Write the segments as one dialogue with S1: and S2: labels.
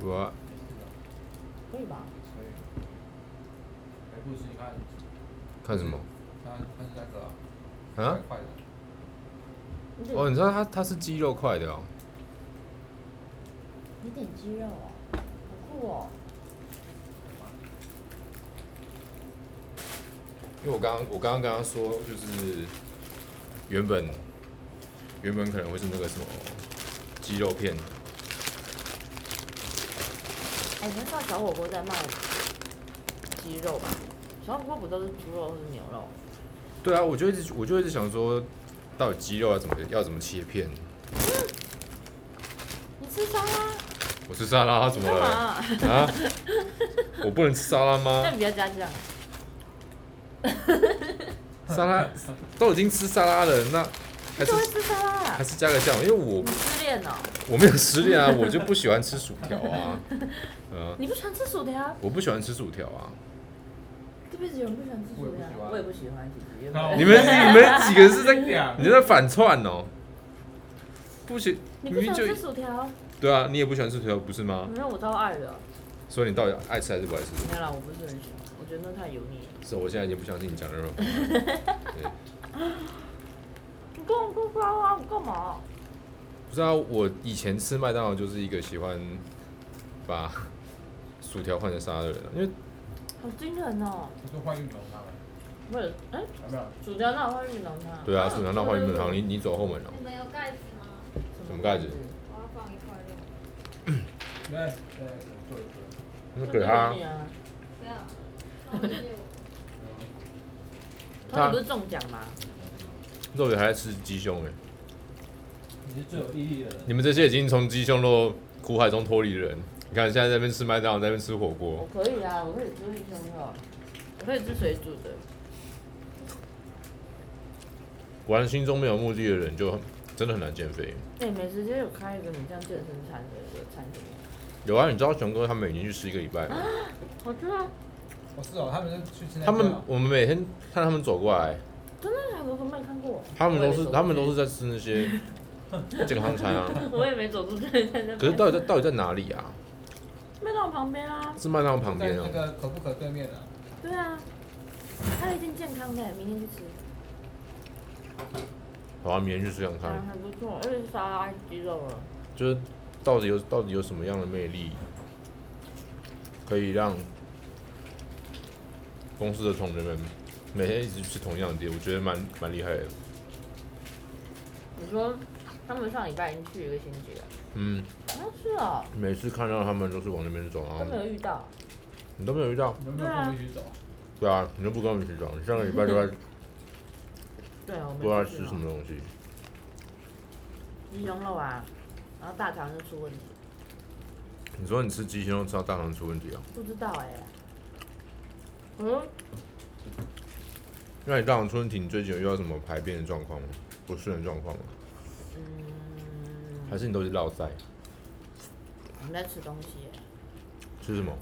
S1: 我
S2: 可以吧？
S3: 所以，哎，不是，你看，
S1: 看什么
S3: 它它是那个啊
S1: 啊
S3: 快？快的，
S2: 你
S1: 哦，你知道它它是鸡肉块的哦，
S2: 有点肌肉哦，好酷哦！
S1: 因为我刚刚我刚刚跟他说，就是原本原本可能会是那个什么鸡肉片，
S2: 哎，你们知道小火锅在卖鸡肉吧？小火锅不都是猪肉或是牛肉？
S1: 对啊，我就一直我就一直想说，到底鸡肉要怎么要怎么切片？
S2: 你吃沙拉
S1: 我吃沙拉怎么
S2: 干
S1: 了
S2: 嘛？
S1: 啊？我不能吃沙拉吗
S2: 那？你不要加酱，
S1: 沙拉都已经吃沙拉了，那 还是
S2: 你怎么会吃沙拉啊
S1: 还？是加个酱，因为我
S2: 你失恋哦？
S1: 我没有失恋啊，我就不喜欢吃薯条 啊，嗯、
S2: 你不喜欢吃薯条？
S1: 我不喜欢吃薯条啊。
S2: 这辈子有人不喜欢吃薯条
S3: 我也不喜？欢
S2: 我也不喜欢，其实原
S3: 好
S2: 本
S1: 你们你们几个是在
S3: 两
S1: 你在反串哦？不行，
S2: 你不喜欢
S1: 就
S2: 吃薯条？
S1: 对啊，你也不喜欢吃薯条不是吗？
S2: 没有，我超爱的。
S1: 所以你到底爱吃还是不爱吃？
S2: 没有啦，我不是很喜欢，我觉得那太油腻了。
S1: 是我现在已经不相信你讲的任何话了。对，
S2: 你跟我说沙拉，你干嘛？
S1: 不知道我以前吃麦当劳就是一个喜欢把薯条换成沙拉的人啊，因为
S2: 好惊人哦！
S3: 我说换运动它们，
S2: 为了哎，
S3: 有没有？
S2: 薯条那换运动汤。
S1: 对啊，薯条那换一份糖，
S2: 嗯
S1: 你你走后门哦、
S4: 你们有盖子吗？
S1: 什么盖子
S4: 我要放一块肉。
S3: 对对，我做一做，
S1: 那给他
S2: 你啊！
S4: 不要，放进去
S2: 他们不是中奖吗？
S1: 肉圆还在吃鸡胸哎、
S3: 你是最有毅力的人。
S1: 你们这些已经从鸡胸肉苦海中脱离的人，你看现在在那边吃麦当劳，在那边吃火
S2: 我
S1: 锅，
S2: 可以啊，我可以吃鸡胸肉，我可以吃水煮的。
S1: 玩心中没有目的的人就真的很难减肥。
S2: 哎，美食街有开一个很像健身餐的一个餐厅，
S1: 有啊，你知道熊哥他们已经去吃一个礼拜了，
S2: 好吃啊！
S3: 我是哦，他们就去吃那个
S1: 他们我们每天看他们走过来，
S2: 真的假的？我没看过。
S1: 他们都是他们都是在吃那些健康餐啊。
S2: 我也没走出去，在那边。
S1: 可是到底在到底在哪里啊？
S2: 麦当劳旁边啊。
S1: 是麦当劳旁
S3: 在
S1: 边
S3: 那
S1: 哦。
S3: 个可不可对面的，
S2: 对啊，它一定健康的，明天去吃。
S1: 好啊，明天去吃看
S2: 嗯，
S1: 看，
S2: 很不错，而且沙拉鸡肉啊了。
S1: 就是到底有到底有什么样的魅力，可以让公司的同仁们每天一直吃同样的店，我觉得蛮蛮厉害的。
S2: 你说他们上礼拜已经去一个星期了？
S1: 嗯，
S2: 啊，是哦，
S1: 每次看到他们都是往那边走，
S2: 都
S1: 然
S2: 没
S1: 后
S2: 有遇到。
S1: 你都没有遇到，
S3: 你们没有跟我一起走？
S1: 对啊，你都不跟我们一起走，你上个礼拜都在
S2: 对啊，我们
S1: 不知道吃什么东西。
S2: 鸡胸肉啊，然后大肠就出问题，
S1: 你说你吃鸡胸肉吃到大肠出问题啊？
S2: 不知道哎、嗯，
S1: 那你大肠出问题，你最近有遇到什么排便的状况吗？不顺的状况吗？还
S2: 嗯，
S1: 是你都是落塞？
S2: 我们在吃东西、欸。
S1: 吃什么？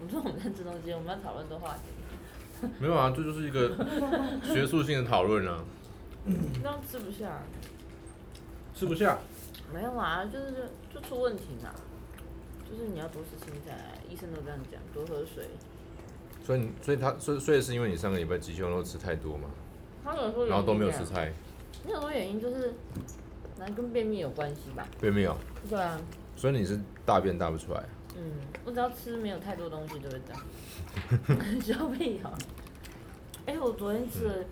S2: 我说我们在吃东西，我们要讨论这话题，
S1: 没有啊，这就是一 个学术性的讨论啊，
S2: 这样吃不下。
S1: 吃不下。
S2: 没有啊，就是就出问题嘛，就是你要多吃青菜啊，医生都这样讲，多喝水。
S1: 所以你，所以他，所以所以是因为你上个礼拜鸡胸肉吃太多嘛，
S2: 他有说原因
S1: 然后都没有
S2: 啊
S1: 吃菜，
S2: 那有时候原因就是，那跟便秘有关系吧？
S1: 对没有，
S2: 对啊，
S1: 所以你是大便大不出来。
S2: 嗯，我只要吃没有太多东西就会这样， 消费好。哎、我昨天吃了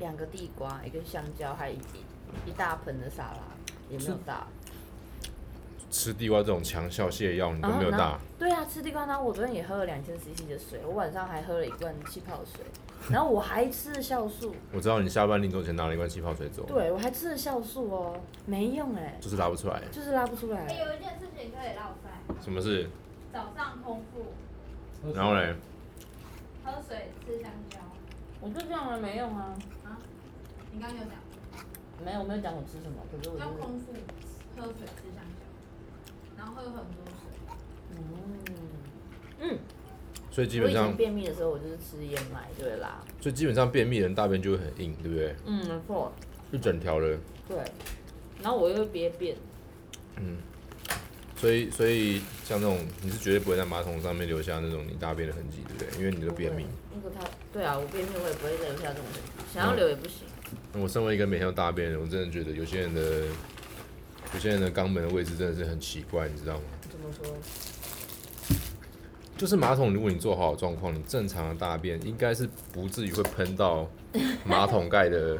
S2: 两个地瓜，一个香蕉，还有一一大盆的沙拉，也没有大。
S1: 吃地瓜这种强效泻药，你都
S2: 然后
S1: 没有
S2: 然
S1: 大
S2: 后，对啊，吃地瓜，然后我昨天也喝了两千 CC 的水，我晚上还喝了一罐气泡水，然后我还吃了酵素，
S1: 我知道你下班临走前拿了一罐气泡水走，
S2: 对我还吃了酵素哦，没用哎、
S1: 就是拉不出来。
S2: 就是拉不出来。
S4: 哎，有一件事情可以让我塞，
S1: 什么事？
S4: 早上空腹，
S1: 然后嘞，
S4: 喝水，吃香蕉。
S2: 我就这样了，没用啊。
S4: 你刚刚有讲，
S2: 没有，我没有讲我吃什么，可是我就
S4: 要
S2: 是。
S4: 空腹喝水，吃香蕉，然后喝很多水。
S2: 嗯，
S1: 所以基
S2: 我
S1: 本
S2: 以
S1: 上
S2: 前便秘的时候，我就是吃燕麦就会拉。
S1: 所以基本上便秘的人大便就会很硬，对不对？
S2: 嗯，没错，
S1: 一整条的，
S2: 对。然后我又会憋便，
S1: 嗯，所以所以像这种你是绝对不会在马桶上面留下那种你大便的痕迹，对不对？因为你的便秘。
S2: 如果他对啊，我便秘我也不会留下这种痕迹，想要
S1: 嗯
S2: 留也不行。
S1: 我身为一个每天都大便的人，我真的觉得有些人的有些人的肛门的位置真的是很奇怪，你知道吗？
S2: 怎么说？
S1: 就是马桶，如果你做好状况，你正常的大便应该是不至于会喷到马桶盖的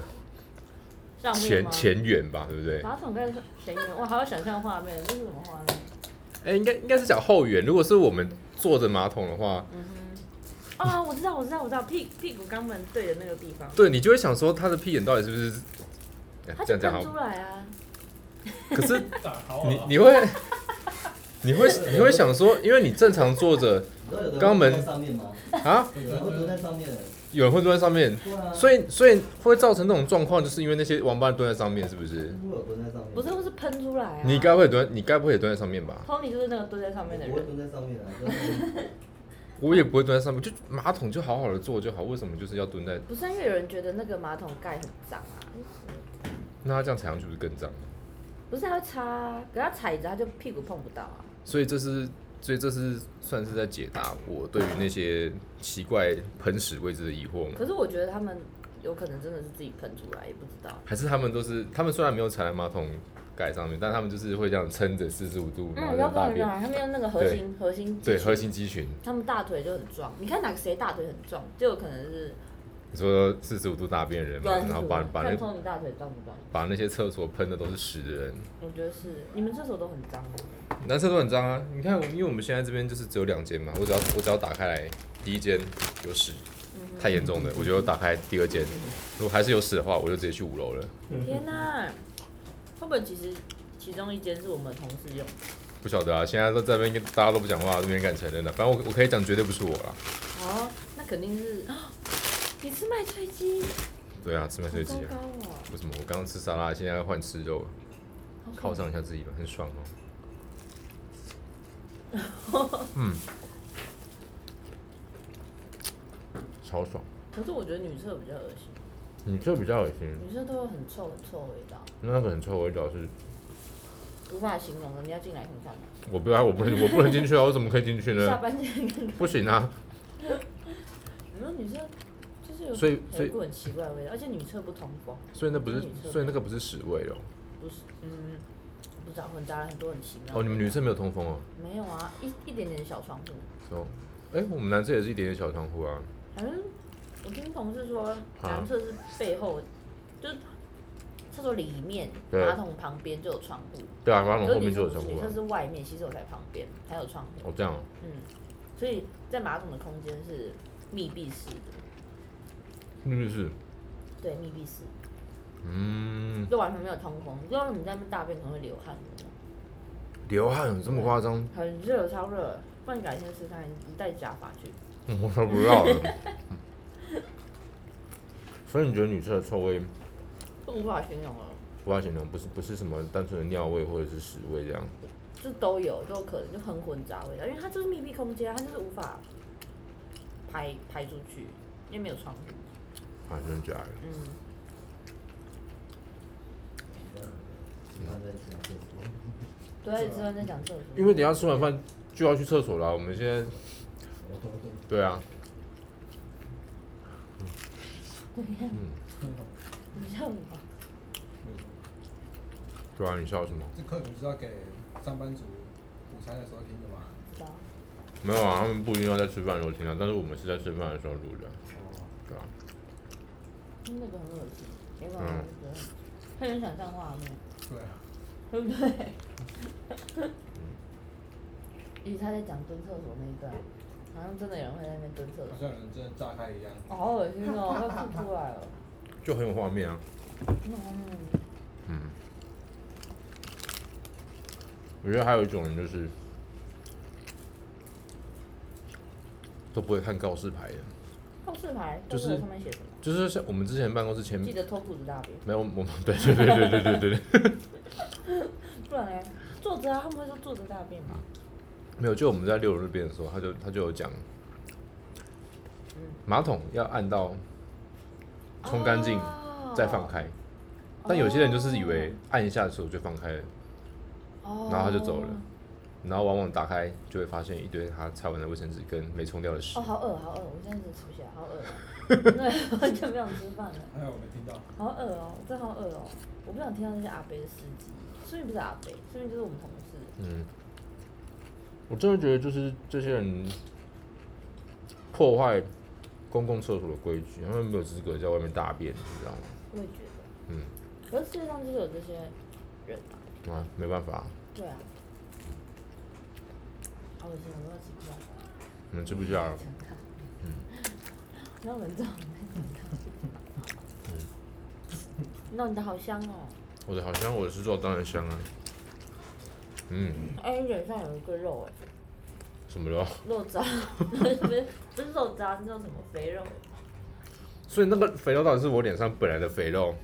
S2: 上面
S1: 前
S2: 哦吗？啊
S1: 前缘吧，对不对？
S2: 马桶盖是前面，哇，好有想象画面，这是什么画面？
S1: 哎、应该应该是讲后缘。如果是我们坐着马桶的话，
S2: 嗯哼。啊、我知道，我知道，我知道，屁屁股肛门对的那个地方，
S1: 对你就会想说他的屁眼到底是不是？哎
S2: 它
S1: 这
S2: 就
S1: 样讲
S2: 喷出
S1: 好，
S2: 来啊。
S1: 可是
S3: 咋好
S1: 你你会你会你会想说，因为你正常坐着肛门
S5: 在上面吗？
S1: 啊，
S5: 有人会蹲在上面的，
S1: 有人会蹲在上面，
S5: 对啊，
S1: 所以所以会造成那种状况，就是因为那些王八蹲在上面，是不是？
S5: 会有蹲在上面，
S2: 不是，，是喷出来啊。
S1: 你该不会蹲，你该不会也蹲在上面吧？
S2: Tony 就是那个蹲在上面的
S5: 我不会
S2: 人，
S5: 蹲在上面的，蹲在上面
S1: 我也不会蹲在上面，就马桶就好好的坐就好，为什么就是要蹲在？
S2: 不是因为有人觉得那个马桶盖很脏啊，
S1: 那他这样踩上去不是更脏？
S2: 不是他会擦、啊，可他踩着他就屁股碰不到啊。
S1: 所以这是，所以这是算是在解答我对于那些奇怪喷屎位置的疑惑吗？
S2: 可是我觉得他们有可能真的是自己喷出来，也不知道。
S1: 还是他们都是，他们虽然没有踩在马桶盖上面，但他们就是会这样撑着四十五度，然后
S2: 嗯，
S1: 这
S2: 要
S1: 样
S2: 不
S1: 大
S2: 然
S1: 便。
S2: 呢？他们用那个核心核心肌
S1: 对，
S2: 群
S1: 核心肌群，
S2: 他们大腿就很壮。你看哪个谁大腿很壮，就有可能是
S1: 你说四十五度大便人嘛，然后把把
S2: 看
S1: 那
S2: 从你大腿壮不壮？
S1: 把那些厕所喷的都是屎的人，
S2: 我觉得是，你们厕所都很脏吗。
S1: 男厕都很脏啊。你看，因为我们现在这边就是只有两间嘛，我只要我只要打开来，第一间有屎，太严重了，我就打开第二间，如果还是有屎的话，我就直接去五楼了。
S2: 天哪、会不会其实其中一间是我们同事用的？
S1: 不晓得啊，现在都在那边跟大家都不讲话，都没人敢承认了。反正我我可以讲，绝对不是我啦。
S2: 哦，那肯定是。哦你吃麦脆鸡，
S1: 对啊，吃麦脆鸡
S2: 好
S1: 啊
S2: 糟。糕哦，
S1: 为什么我刚刚吃沙拉，现在要换吃肉了？
S2: 好
S1: 犒
S2: 可
S1: 赏一下自己吧，很爽哦。 嗯，超爽。
S2: 可是我觉得女厕比较恶心，
S1: 你这比较恶心，
S2: 女厕都有很臭很臭的味道，
S1: 那个很臭的味道是，
S2: 无法形容的。你要进来看看吗？
S1: 我不要，我不能，我不能 进去啊，我怎么可以进去
S2: 下
S1: 呢？
S2: 班进来看看。
S1: 不行啊，
S2: 你说女厕就是有
S1: 所以所
S2: 有
S1: 以
S2: 一股很奇怪的味道，而且女厕不通风，
S1: 所以那不是
S2: 女厕，
S1: 所以那个不是屎味哦。
S2: 不是嗯，不知道混杂了很多很奇妙的。
S1: 哦，你们女生没有通风哦。
S2: 没有啊，一一点点小窗户。
S1: 哦，哎，我们男生也是一点点小窗户啊。
S2: 反正我听同事说，男厕是背后，就是厕所里面
S1: 对
S2: 马桶旁边就有窗户，
S1: 对啊，马桶
S2: 可
S1: 后
S2: 是
S1: 面
S2: 女
S1: 就有
S2: 厕
S1: 窗
S2: 不是
S1: 户
S2: 女
S1: 啊
S2: 厕。是外面，洗手台旁边还有窗户，
S1: 哦，这样哦。
S2: 嗯，所以在马桶的空间是密闭式的，
S1: 是不是？
S2: 对，密闭式，
S1: 嗯，
S2: 就完全没有通风，就是你在那边大便可能会流汗的
S1: 流汗有这么夸张？
S2: 很热，超热。不然你改天试看，你戴假发去。
S1: 我才不要了。所以你觉得女厕的臭味
S2: 这无法形容了，
S1: 不太形容，不是不是什么单纯的尿味或者是屎味这样？
S2: 就都有，都有可能就很混杂味道，因为它就是密闭空间啊，它就是无法排排出去，因为没有窗户。
S1: 啊，真的假的？
S2: 嗯，
S5: 喜欢在吃厕所。
S2: 对啊，之后在讲厕所，
S1: 因为等一下吃完饭就要去厕所了啊，我们现在对啊，
S2: 你像我，
S1: 对啊，你笑什么？
S3: 这课主是要给上班族午餐的时候听的吗？
S2: 知道？
S1: 没有啊，他们不一定要在吃饭的时候听啊，但是我们是在吃饭的时候录的，对啊。
S2: 那个很恶心，没办法，我觉得很有想象画面，
S3: 对啊，
S2: 对不对？以及他在讲蹲厕所那一段，好像真的有人会在那边蹲厕
S3: 好
S2: 所，
S3: 像有人真的炸开一样。
S2: 哦好恶心哦，快吐出来了。
S1: 就很有画面啊。
S2: 嗯。
S1: 嗯，我觉得还有一种人就是都不会看告示牌的，
S2: 告示牌，
S1: 就
S2: 告示
S1: 是嗯
S2: 牌上面写什么？
S1: 就是像我们之前办公室前
S2: 记得脱裤子大便，
S1: 没有我们对对对对对对对对，
S2: 不然呢？坐着啊，他们会说坐着大便嘛。
S1: 没有就我们在六楼那边的时候，他就他就有讲，
S2: 嗯
S1: 马桶要按到冲干净
S2: 哦
S1: 再放。开，但有些人就是以为按一下的时候就放开了，
S2: 哦
S1: 然后他就走了。然后往往打开就会发现一堆他擦完的卫生纸跟没冲掉的屎
S2: 哦，。好饿，好饿，我现在只吃不下，好饿 哦，对，完全不想吃饭了，
S3: 还有我没听到，
S2: 好饿哦，真好饿哦，我不想听到那些阿北的司机，说明不是阿北，说明就是我们同事，
S1: 嗯，我真的觉得就是这些人破坏公共厕所的规矩，他们没有资格在外面大便，你知道吗？
S2: 我也觉得，
S1: 嗯，
S2: 可是世界上就是有这些人啊，
S1: 啊，没办法，
S2: 对啊，好恶心，我都要吃不下，
S1: 你嗯们知不知道？
S2: 想看，那蚊帐，弄得好香哦，
S1: 我的好像我是做当然香啊。嗯，
S2: 哎，你脸上有一个肉哎。
S1: 什么哦了？
S2: 肉渣，不是不是肉渣，那叫什么肥肉？
S1: 所以那个肥肉到底是我脸上本来的肥 肉，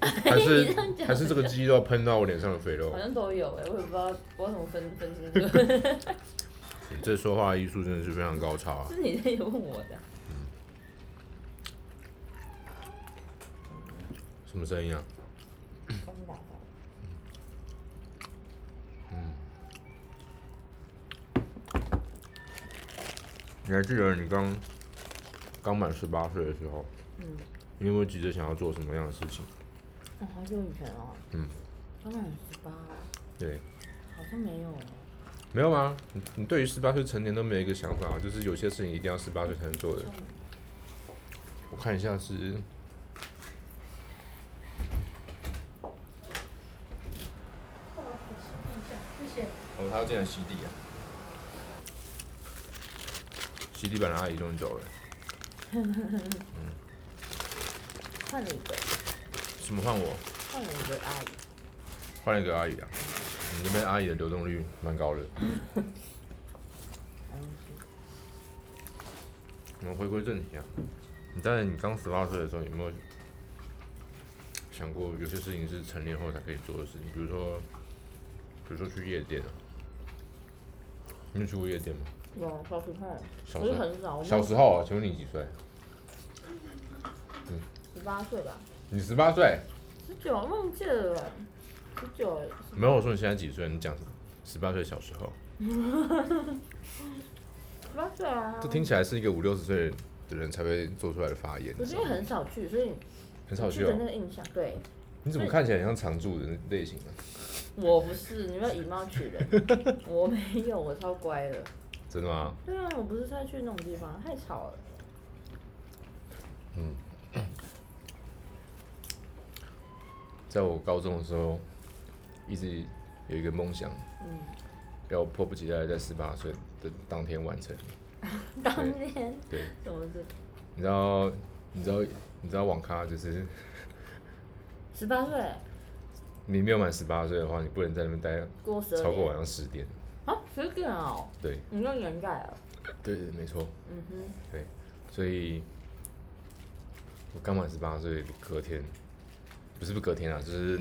S1: 还是
S2: 你这样讲
S1: 还是这个肌肉喷到我脸上的肥肉
S2: 好？像都有哎、我也不知道我怎么分分清
S1: 嗯
S2: 楚，
S1: 你这说话艺术真的是非常高超啊！
S2: 是你在问我的。
S1: 什么声音啊？
S2: 我是打开。
S1: 你还记得你刚刚满十八岁的时候，
S2: 嗯，
S1: 你有没有急着想要做什么样的事情？
S2: 哦，好久以前哦。
S1: 嗯。
S2: 刚满十八，
S1: 对，
S2: 好像没有哎、
S1: 没有吗？你你对于十八岁成年都没有一个想法，啊就是有些事情一定要十八岁才能做的。我看一下是，
S4: 谢谢。
S1: 哦，他要进来洗地啊！洗地板的阿姨终于走了，
S2: 换了一个，
S1: 什么换我？
S2: 换了一个阿姨。
S1: 换了一个阿姨啊！你那边阿姨的流动率蛮高的。
S2: 嗯，
S1: 我们回归正题啊，你在你刚十八岁的时候有没有想过，有些事情是成年后才可以做的事情？比如说，比如说去夜店啊，你有去过夜店吗？
S2: 有小时候，
S1: 小
S2: 可是
S1: 时候，
S2: 很少，我
S1: 小时候啊，请问你几岁？
S2: 十八岁吧，
S1: 你十八岁？
S2: 十九忘记了欸，十九
S1: 没有，我说你现在几岁？你讲十八岁小时候，
S2: 十八岁啊。
S1: 这听起来是一个五六十岁的人才会做出来的发言，
S2: 我是因为很少去，所以
S1: 很少去
S2: 记得那
S1: 哦。
S2: 个印象。对，
S1: 你怎么看起来很像常住的类型啊？
S2: 我不是，你不要以貌取 人。我没有，我超乖的。
S1: 真的吗？
S2: 对啊，我不是在去那种地方，太吵了。
S1: 在我高中的时候，一直有一个梦想，
S2: 嗯，
S1: 要迫不及待地在十八岁的当天完成。
S2: 当年
S1: 对，
S2: 怎么是
S1: 你知道，你知道，你知道网咖就是
S2: 十八岁
S1: 你没有满十八岁的话，你不能在那边待
S2: 过十二
S1: 超
S2: 点
S1: 过晚上十点。
S2: 啊？十点哦，
S1: 对，
S2: 你那年代啊？
S1: 对对，没错。
S2: 嗯哼，
S1: 所以，我刚满十八岁隔天，不是不是隔天啊，就是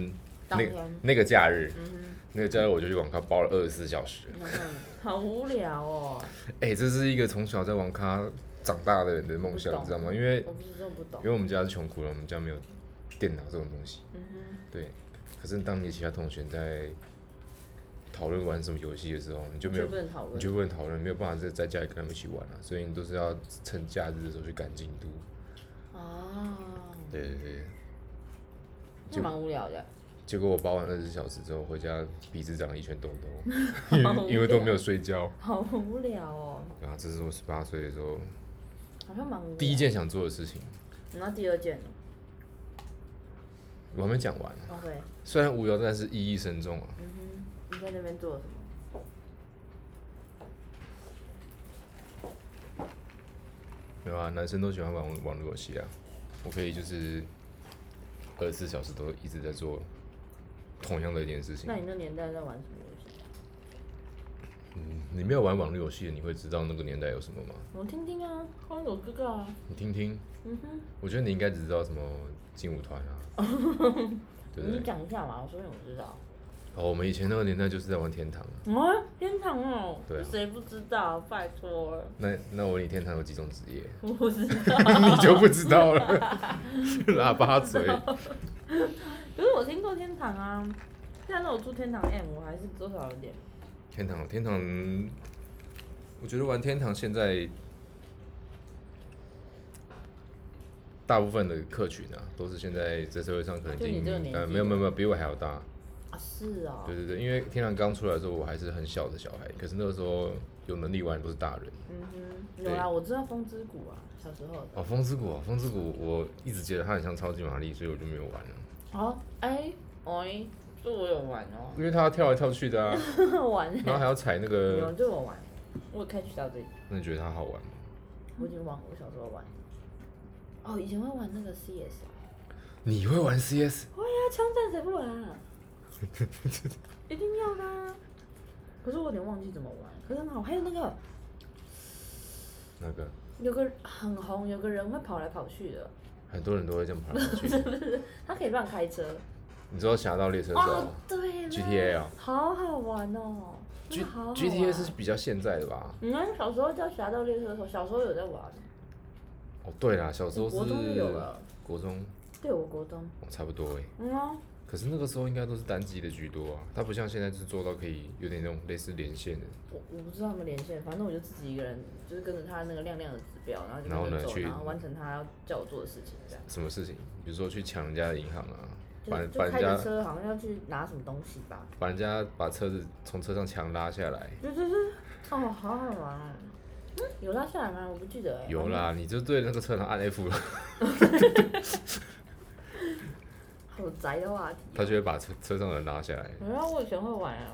S2: 当
S1: 那
S2: 天
S1: 个那个假日，
S2: 嗯
S1: 那个假日我就去网咖包了二十四小时
S2: 哼。嗯哼，好无聊 哦，
S1: 哎、这是一个从小在网咖长大的人的梦
S2: 我
S1: 想，
S2: 懂
S1: 你知道吗？因为
S2: 我不是真的不懂
S1: 因。为我们家是穷苦人，我们家没有电脑这种东西。
S2: 嗯
S1: 对，可是当你其他同学在讨论玩什么游戏的时候，你就
S2: 哼，
S1: 没有
S2: 就不，能讨
S1: 你
S2: 论。
S1: 就不能讨论，没有办法在在家里跟他们一起玩了、啊所以你都是要趁假日的时候去赶进度。
S2: 啊，
S1: 对对对。
S2: 那蛮无聊的。
S1: 结果我包完二十小时之后回家，鼻子长了一圈痘痘，
S2: 好
S1: 因
S2: 无
S1: 为因为都
S2: 聊
S1: 没有睡觉。
S2: 好无聊哦，
S1: 然后这是我十八岁的时候
S2: 好像蛮无聊。
S1: 第一，件想做的事情，
S2: 然后第二件呢
S1: 我还没讲完。
S2: ，OK，
S1: 虽然无聊，但是意义深重啊。
S2: 嗯哼，你在那边做了什么？
S1: 没有啊，男生都喜欢玩网络游戏啊。我可以就是二十四小时都一直在做同样的一件事情
S2: 那。你那年代在玩什么游戏？
S1: 嗯，你没有玩网络游戏，你会知道那个年代有什么吗？
S2: 我听听啊，欢我哥哥啊，
S1: 你听听，
S2: 嗯哼。
S1: 我觉得你应该只知道什么劲舞团 啊，对不
S2: 你
S1: 对？
S2: 讲一下嘛，我说明我知道。
S1: 哦，我们以前那个年代就是在玩天堂啊。
S2: 啊，天堂哦，
S1: 对啊
S2: 谁不知道？拜托，
S1: 那那我问你，天堂有几种职 业？
S2: 我不知道。
S1: 你就不知道了， 喇叭嘴。
S2: 可是我听过天堂啊，但是我住天堂 M，我还是多少有点
S1: 天堂，天堂，我觉得玩天堂现在大部分的客群啊，都是现在在社会上可能已
S2: 啊就你这个
S1: 经
S2: 年
S1: 呃
S2: 纪
S1: 没有没
S2: 的
S1: 有没有比我还要大，
S2: 啊，是哦，
S1: 对对对，因为天堂刚出来的时候我还是很小的小孩，可是那个时候有能力玩都是大人。
S2: 嗯哼，
S1: 对
S2: 有啦，我知道风之谷啊，小时候的。
S1: 哦，风之谷哦，风之谷，我一直觉得它很像超级玛丽，所以我就没有玩了，
S2: 哦，哎，哎，这我有玩哦，
S1: 因为它要跳来跳去的 啊，呃
S2: 玩欸，
S1: 然后还要踩那
S2: 有
S1: 个，
S2: 这我玩，我有 catch 到这个，
S1: 那你觉得它好玩吗？
S2: 我已经玩，我小时候玩。哦，以前会玩那个 CS 啊，
S1: 你会玩 CS？
S2: 那枪战谁不玩 啊？一定要啊啦！可是我有点忘记怎么玩，可是很好，还有那个
S1: 那个
S2: 有个很红，有个人会跑来跑去的，
S1: 很多人都会这样跑来跑 去。
S2: 他可以乱开车。
S1: 你知道《侠盗猎车手》
S2: 哦，对啦
S1: GTA 啊
S2: 好好玩哦那
S1: G
S2: 个好好玩
S1: GTA 是比较现在的吧？
S2: 你们小时候叫《侠盗猎车手》，小时候有在玩，
S1: 哦，对啦，小时候是
S2: 国中就有了。
S1: 国中
S2: 对，我国中，
S1: 哦差不多哎。
S2: 嗯啊，
S1: 可是那个时候应该都是单机的居多啊，它不像现在就是做到可以有点那种类似连线的，
S2: 我我不知道他们连线，反正我就自己一个人，就是跟着他那个亮亮的指标，然后就
S1: 然后
S2: 跟着
S1: 呢
S2: 走，
S1: 去
S2: 然后完成他要叫我做的事情，这样。
S1: 什么事情？比如说去抢人家的银行啊，把
S2: 就就
S1: 把人
S2: 开着
S1: 家
S2: 车好像要去拿什么东西吧，
S1: 把人家把车子从车上强拉下来。
S2: 对对对，哦，好好玩哦。嗯，有拉下来吗？我不记得哎。
S1: 有啦，你就对那个车上按 F，了
S2: 好像，好宅的话题。
S1: 它就会把车车上的人拉下来。
S2: 然后我以前会玩啊，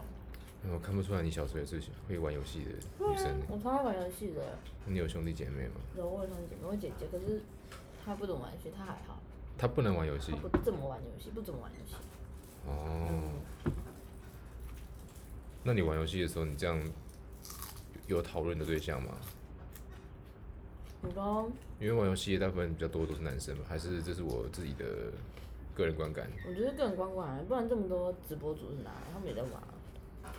S1: 哎我看不出来你小时候也是会玩游戏的女生欸。
S2: 啊我超爱玩游戏的。
S1: 你有兄弟姐妹吗？
S2: 有我有同姐妹，我姐姐，可是她不懂玩游戏，她还好，
S1: 她不能玩游戏
S2: 她不怎么玩游戏，不怎么玩游戏。
S1: 哦。那你玩游戏的时候，你这样有有讨论的对象吗？
S2: 你说，
S1: 因为玩游戏大部分比较多都是男生嘛，还是这是我自己的个人观感？
S2: 我觉得个人观光啊，不然这么多直播主是哪来？他们也在玩啊。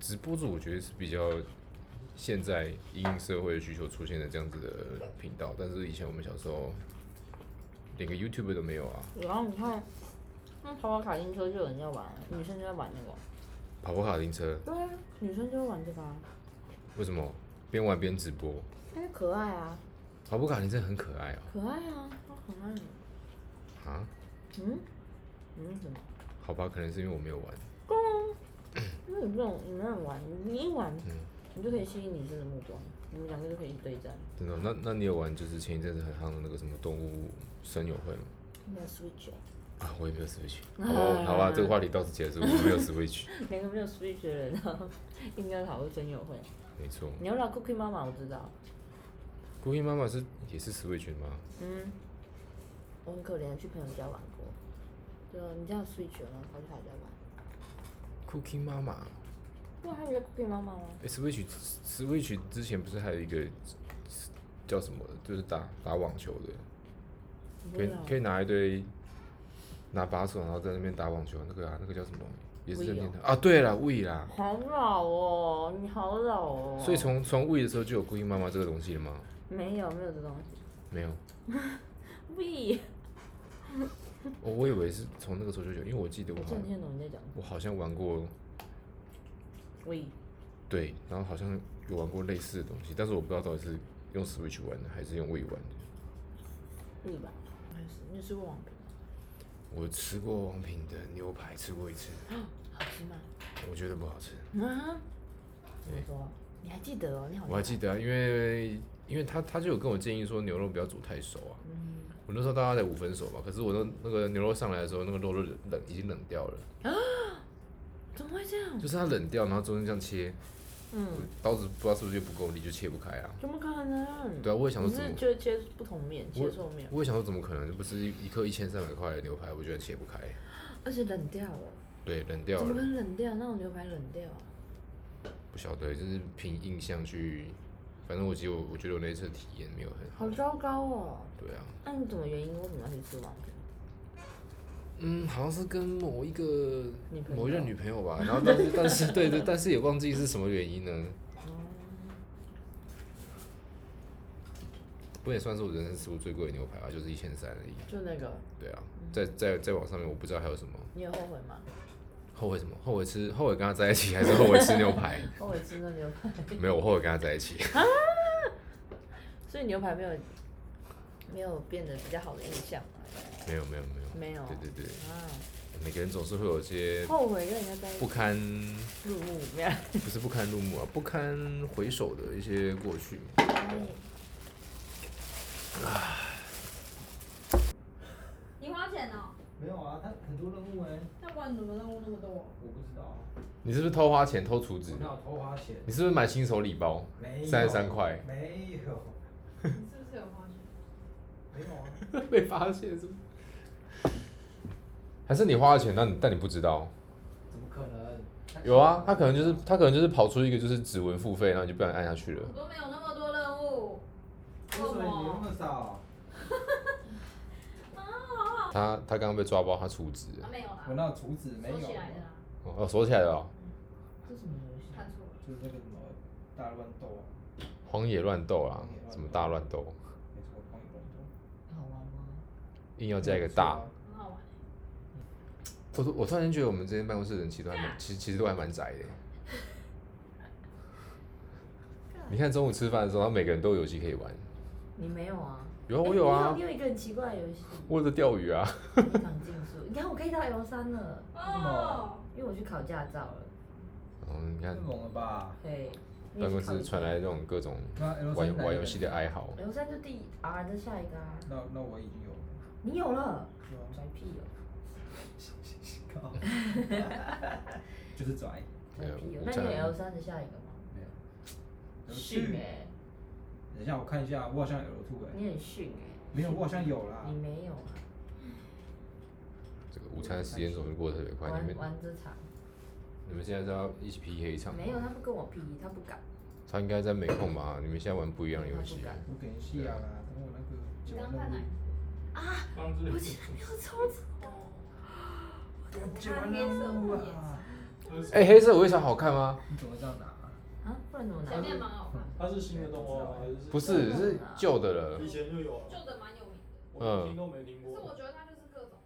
S1: 直播主我觉得是比较现在因应社会需求出现的这样子的频道，但是以前我们小时候连个 YouTube 都没有啊。
S2: 然后你看，那跑跑卡丁车就有人在玩，女生就在玩那个。
S1: 跑跑卡丁车
S2: 对啊，女生就会玩这个啊，
S1: 为什么边玩边直播？
S2: 因为可爱啊，
S1: 跑跑卡丁车很可爱啊、
S2: 可爱啊，好可爱。
S1: 啊，
S2: 嗯，嗯什么？
S1: 好吧，可能是因为我没有玩。
S2: 因为你这种你那种玩，你一玩，
S1: 嗯
S2: 你就可以吸引女生的目光，你们两个就可以对战。
S1: 真的哦？那那你有玩就是前一阵子很夯的那个什么动物森友会吗？
S2: 没有 Switch，哦
S1: 啊，我也没有 Switch。好吧，好吧，这个话题到此结束。我没有 Switch，
S2: 两个没有 Switch 的人，然后 应该讨论真友会。
S1: 没错。
S2: 你要聊 Cookie 妈妈，我知道。
S1: 孤鹰妈妈是也是 Switch 的吗？
S2: 嗯，我很可怜，去朋友家玩过。对啊，你家有 Switch 了，然后跑去他家玩。
S1: Cookie 妈妈，
S2: 哇，他们叫啊 Cookie 妈妈吗？
S1: 哎、s w i t c h Switch 之前不是还有一个叫什么的，就是打打网球的，
S2: 我不
S1: 可
S2: 知
S1: 以
S2: 道
S1: 可以拿一堆拿把手，然后在那边打网球，那个啊，那个叫什么？也是任
S2: Wii 哦
S1: 天堂啊，对了，We 啦。
S2: 好老哦，你好老哦。
S1: 所以从从 We 的时候就有孤鹰妈妈这个东西了吗？
S2: 没有没有这东西。
S1: 没有，
S2: B，
S1: 哦我我以为是从那个时候就有，因为我记得我
S2: 我
S1: 好
S2: 真
S1: 像
S2: 的听得懂你在讲。
S1: 我好像玩过，
S2: We，
S1: 对，然后好像有玩过类似的东西，但是我不知道到底是用 Switch 玩的还是用 We 玩的。
S2: We 吧，还是你是网饼，
S1: 我吃过王品的牛排，吃过一次，
S2: 好吃吗？
S1: 我觉得不好吃。
S2: 啊？怎么
S1: 对
S2: 说？啊你还记得哦？你好。
S1: 我还记。得啊、因为因为他他就有跟我建议说牛肉不要煮太熟啊。
S2: 嗯，
S1: 我那时候大概在五分熟吧，可是我那那个牛肉上来的时候，那个肉都冷冷已经冷掉了，
S2: 怎么会这样？
S1: 就是它冷掉，然后中间这样切，
S2: 嗯，
S1: 刀子不知道是不是就不够力，就切不开啊。
S2: 怎么可能？
S1: 对啊，我也想说
S2: 你
S1: 怎
S2: 是
S1: 么，
S2: 切切不同面，切
S1: 我
S2: 错面，
S1: 我也想说怎么可能，这不是一一颗一千三百块的牛排，我居然切不开。
S2: 啊而且冷掉了。
S1: 对，冷掉
S2: 怎么
S1: 了，
S2: 跟冷掉？那种牛排冷掉啊？
S1: 不晓得，就是凭印象去，反正我记得我我觉得我那一次的体验没有很好
S2: 好。糟糕哦！
S1: 对啊，
S2: 那你怎么原因？为什么要去吃王品？
S1: 嗯，好像是跟某一个
S2: 女朋友
S1: 某一任女朋友吧，然后但是但是对对，但是也忘记是什么原因呢？
S2: 哦
S1: 不过也算是我人生吃过最贵的牛排吧，就是一千三而已。
S2: 就那个，
S1: 对啊，在在在网上面我不知道还有什么
S2: 你有后悔吗？
S1: 后悔什么？后悔吃后悔跟他在一起，还是后悔吃牛排？
S2: 后悔吃那牛排，
S1: 没有，我后悔跟他在一起。
S2: 所以牛排没有没有变得比较好的印象嘛
S1: 没有没有没有
S2: 没有
S1: 对对对，
S2: 啊，
S1: 每个人总是会有一些
S2: 后悔跟人家在一
S1: 不
S2: 起
S1: 堪，
S2: 入目没有？
S1: 不是不堪入目啊，不堪回首的一些过去。
S4: 你花钱哦？
S5: 没有啊，他很多任务哎，
S4: 那不然怎么任务那么多？
S5: 我不知道啊，
S1: 你是不是偷花钱偷厨子
S5: 我？哪有偷花钱？
S1: 你是不是买新手礼包？
S5: 没有
S1: 33块
S5: 没有，
S4: 你是不是有花钱？
S5: 没有啊，
S1: 被发现是不是？还是你花了钱，但你但你不知道？
S5: 怎么可能？
S1: 有啊，他可能就是他可能就是跑出一个就是指纹付费，然后你就不小心按下去了。
S4: 我都没有那么多任务。
S5: 为什么你那么少？
S1: 他他刚刚被抓包，他出资
S4: 啊，没有啦
S3: 我，那竹子没有，
S4: 收起来的啦，
S1: 哦，哦锁起来了哦、
S2: 这什么游戏？
S4: 看错了。
S3: 就是那个什么大乱斗啊，
S1: 荒野乱斗啦，什么大乱斗，
S3: 没错，狂野乱斗。
S2: 好玩吗？
S1: 硬要加一个大。
S4: 很好玩欸。
S1: 我突我突然间觉得我们这间办公室人其实都还蛮，其实其实都还蛮 宅的。你看中午吃饭的时候，他每个人都有游戏可以玩，
S2: 你没有啊？
S1: 有啊我有啊
S2: 你，有你有一个很奇怪的游戏，
S1: 或者钓鱼啊，
S2: 长竞速。你看我可以到 L 三了，
S4: 哦，
S2: 因为我去考驾照了。
S1: 嗯，你
S3: 太
S1: 看
S3: 猛了吧？
S2: 嘿，你
S1: 办
S2: 也去
S1: 公
S2: 考
S1: 室传来这种各种
S3: 那 L
S1: 玩
S3: 三哪
S1: 玩
S3: 一个
S1: 游戏的爱好。
S2: L 三就第 R 的下一个啊，
S3: 那那我已经有了。
S2: 你有了，
S3: 有啊
S2: 拽屁哦，
S3: 靠就是拽，
S2: 拽屁哦。那
S1: 这
S2: 你有
S1: 样
S2: L 三的下一个吗？
S3: 没有。有
S2: 逊
S3: 趣
S2: 哎，
S3: 等一下我看一下，我好像有 L two 哎、
S2: 你很逊哎，
S3: 没有，我好像有啦
S2: 你。没有啊？
S1: 这个午餐的时间总是过得特别快。你
S2: 玩
S1: 们
S2: 玩这场
S1: 你们现在是要一起 PK 一场吗
S2: 没有，他不跟我 P，他不敢，
S1: 他应该在没空吧？你们现在玩不一样的游
S2: 他
S1: 戏
S2: 不。敢。
S3: 我给人戏啊啦，等我那个
S4: 你
S3: 结
S4: 刚
S3: 完
S4: 看哪
S3: 任
S4: 一
S3: 务
S4: 个，？
S2: 我竟然没有抽子，
S3: 我结完任务啊！
S1: 哎、黑色围墙好看吗？
S3: 你怎么这样拿、啊？
S2: 啊，不然怎么拿
S4: 前？面蛮好看，
S6: 它是新的动画吗？ 还是
S1: 不是，是旧的了嗯
S6: 以。前就有啊？
S4: 旧的蛮有名的，
S6: 我听都没听
S4: 可是
S6: 过，
S4: 我觉得它就是各种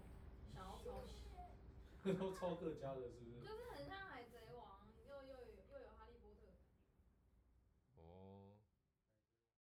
S4: 想要抄袭，
S6: 都超各家的，是不是？
S4: 就是